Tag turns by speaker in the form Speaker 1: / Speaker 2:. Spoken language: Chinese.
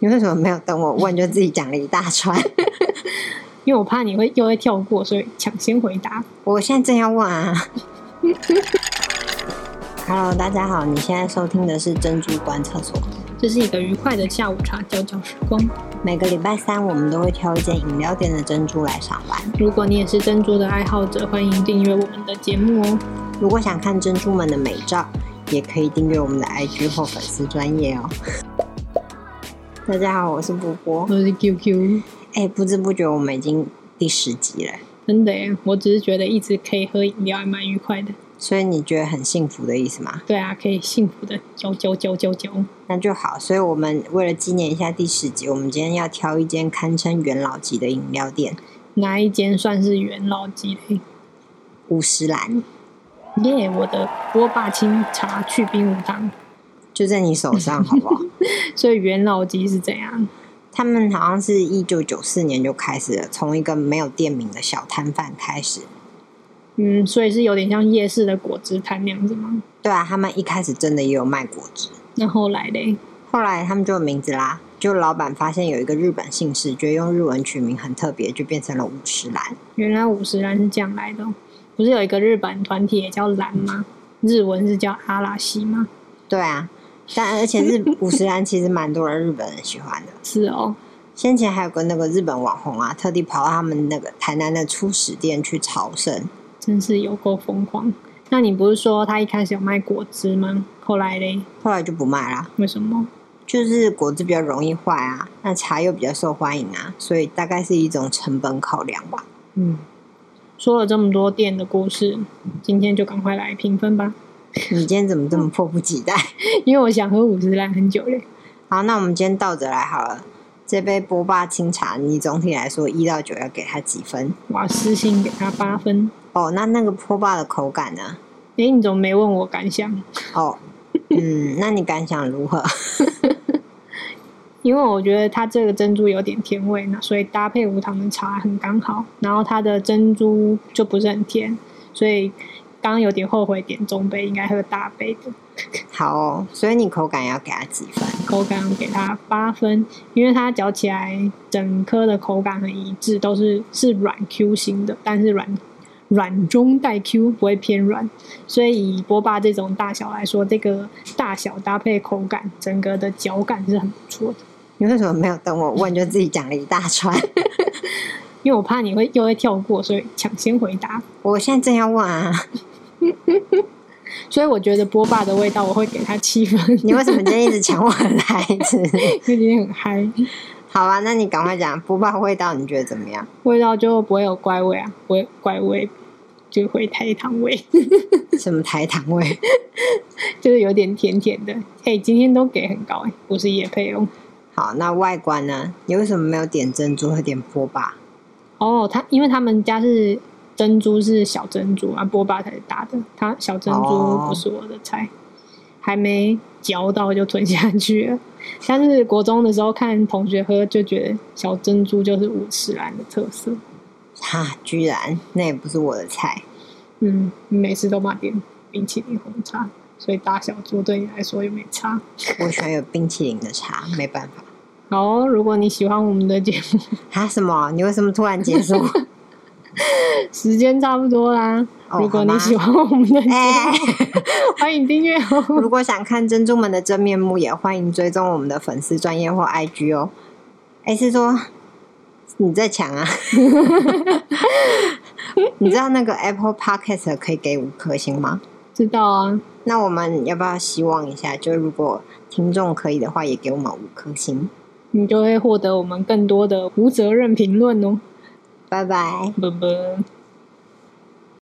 Speaker 1: 你为什么没有等我问，就自己讲了一大串？
Speaker 2: 因为我怕你会又会跳过，所以抢先回答。
Speaker 1: 我现在正要问啊。Hello，大家好，你现在收听的是珍珠观厕所。
Speaker 2: 这是一个愉快的下午茶交交时光。
Speaker 1: 每个礼拜三，我们都会挑一间饮料店的珍珠来赏玩。
Speaker 2: 如果你也是珍珠的爱好者，欢迎订阅我们的节目哦。
Speaker 1: 如果想看珍珠们的美照，也可以订阅我们的 IG 或粉丝专业哦。大家好，我是波波。
Speaker 2: 我是 QQ，
Speaker 1: 哎、不知不觉我们已经第十集了，
Speaker 2: 真的耶，我只是觉得一直可以喝饮料还蛮愉快的。
Speaker 1: 所以你觉得很幸福的意思吗？
Speaker 2: 对啊，可以幸福的交交交交交。
Speaker 1: 那就好。所以我们为了纪念一下第十集，我们今天要挑一间堪称元老级的饮料店
Speaker 2: 哪一间算是元老级嘞？
Speaker 1: ——五十岚，
Speaker 2: 耶、我的波霸清茶去冰无糖。
Speaker 1: 就在你手上，好不好？
Speaker 2: 所以元老级是怎样？
Speaker 1: 他们好像是一九九四年就开始了，从一个没有店名的小摊贩开始。
Speaker 2: 嗯，所以是有点像夜市的果汁摊那样子吗？
Speaker 1: 对啊，他们一开始真的也有卖果汁，
Speaker 2: 那后来嘞？
Speaker 1: 后来他们就有名字啦。就老板发现有一个日本姓氏，觉得用日文取名很特别，就变成了五十岚。
Speaker 2: 原来五十岚是这样来的哦、不是有一个日本团体也叫蓝吗？日文是叫阿拉西吗？
Speaker 1: 对啊，但而且日五十岚其实蛮多人日本人喜欢的。
Speaker 2: 是哦，
Speaker 1: 先前还有个那个日本网红啊，特地跑到他们那个台南的初始店去朝圣。
Speaker 2: 真是有够疯狂。那你不是说他一开始有卖果汁吗？后来嘞，
Speaker 1: 后来就不卖啦，
Speaker 2: 为什么？
Speaker 1: 就是果汁比较容易坏啊，那茶又比较受欢迎啊，所以大概是一种成本考量吧。
Speaker 2: 嗯，说了这么多店的故事，今天就赶快来评分吧，
Speaker 1: 你今天怎么这么迫不及待？
Speaker 2: 因为我想喝五十岚很久嘞。
Speaker 1: 好，那我们今天倒着来好了。这杯波霸清茶，你总体来说一到九要给它几分？
Speaker 2: 哇，私信给他八分。
Speaker 1: 哦，那那个波霸的口感呢？
Speaker 2: 诶，你怎么没问我感想？
Speaker 1: 哦，嗯，那你感想如何？
Speaker 2: 因为我觉得它这个珍珠有点甜味，那所以搭配无糖的茶很刚好。然后它的珍珠就不是很甜，所以刚刚有点后悔点中杯，应该喝大杯的。
Speaker 1: 好哦，所以你口感要给它几分？
Speaker 2: 口感给它八分，因为它嚼起来整颗的口感很一致，都是是软 Q 型的，但是软软中带 Q，不会偏软。所以以波霸这种大小来说，这个大小搭配口感，整个的嚼感是很不错的。
Speaker 1: 你为什么没有等我问就自己讲了一大串？
Speaker 2: 因为我怕你会又会跳过，所以抢先回答。
Speaker 1: 我现在正要问啊，
Speaker 2: 所以我觉得波霸的味道，我会给它七分。
Speaker 1: 你为什么今天一直抢我来吃？
Speaker 2: 因为今天很嗨，
Speaker 1: 好啊，那你赶快讲波霸味道，你觉得怎么样？
Speaker 2: 味道就不会有怪味啊，不会有怪味，就会台糖味，
Speaker 1: 什么台糖味？
Speaker 2: 就是有点甜甜的。哎、今天都给很高哎、不是也配哦。
Speaker 1: 好，那外观呢？你为什么没有点珍珠和点波霸？
Speaker 2: 哦，他因为他们家是珍珠是小珍珠啊，波霸才是大的，它小珍珠
Speaker 1: 哦
Speaker 2: 不是我的菜，还没嚼到就吞下去了。但是国中的时候看同学喝，就觉得小珍珠就是五十岚的特色。
Speaker 1: 哈，居然那也不是我的菜。
Speaker 2: 嗯，每次都骂点冰淇淋红茶，所以大小猪对你来说又没差。
Speaker 1: 我喜欢有冰淇淋的茶，没办法。
Speaker 2: 好哦、如果你喜欢我们的节目，
Speaker 1: 啊？什么？你为什么突然结束？
Speaker 2: 时间差不多啦。
Speaker 1: 哦
Speaker 2: 如果你
Speaker 1: 好吧
Speaker 2: 喜欢我们的节目，
Speaker 1: 哎、
Speaker 2: 欢迎订阅哦。
Speaker 1: 如果想看珍珠们的真面目，也欢迎追踪我们的粉丝专业或 IG 哦。哎、是说你在抢啊？ 你知道那个 Apple Podcast 可以给五颗星吗？
Speaker 2: 知道啊，
Speaker 1: 那我们要不要希望一下？就如果听众可以的话，也给我们五颗星。
Speaker 2: 你就会获得我们更多的无责任评论哦。
Speaker 1: 拜拜。
Speaker 2: 啵啵。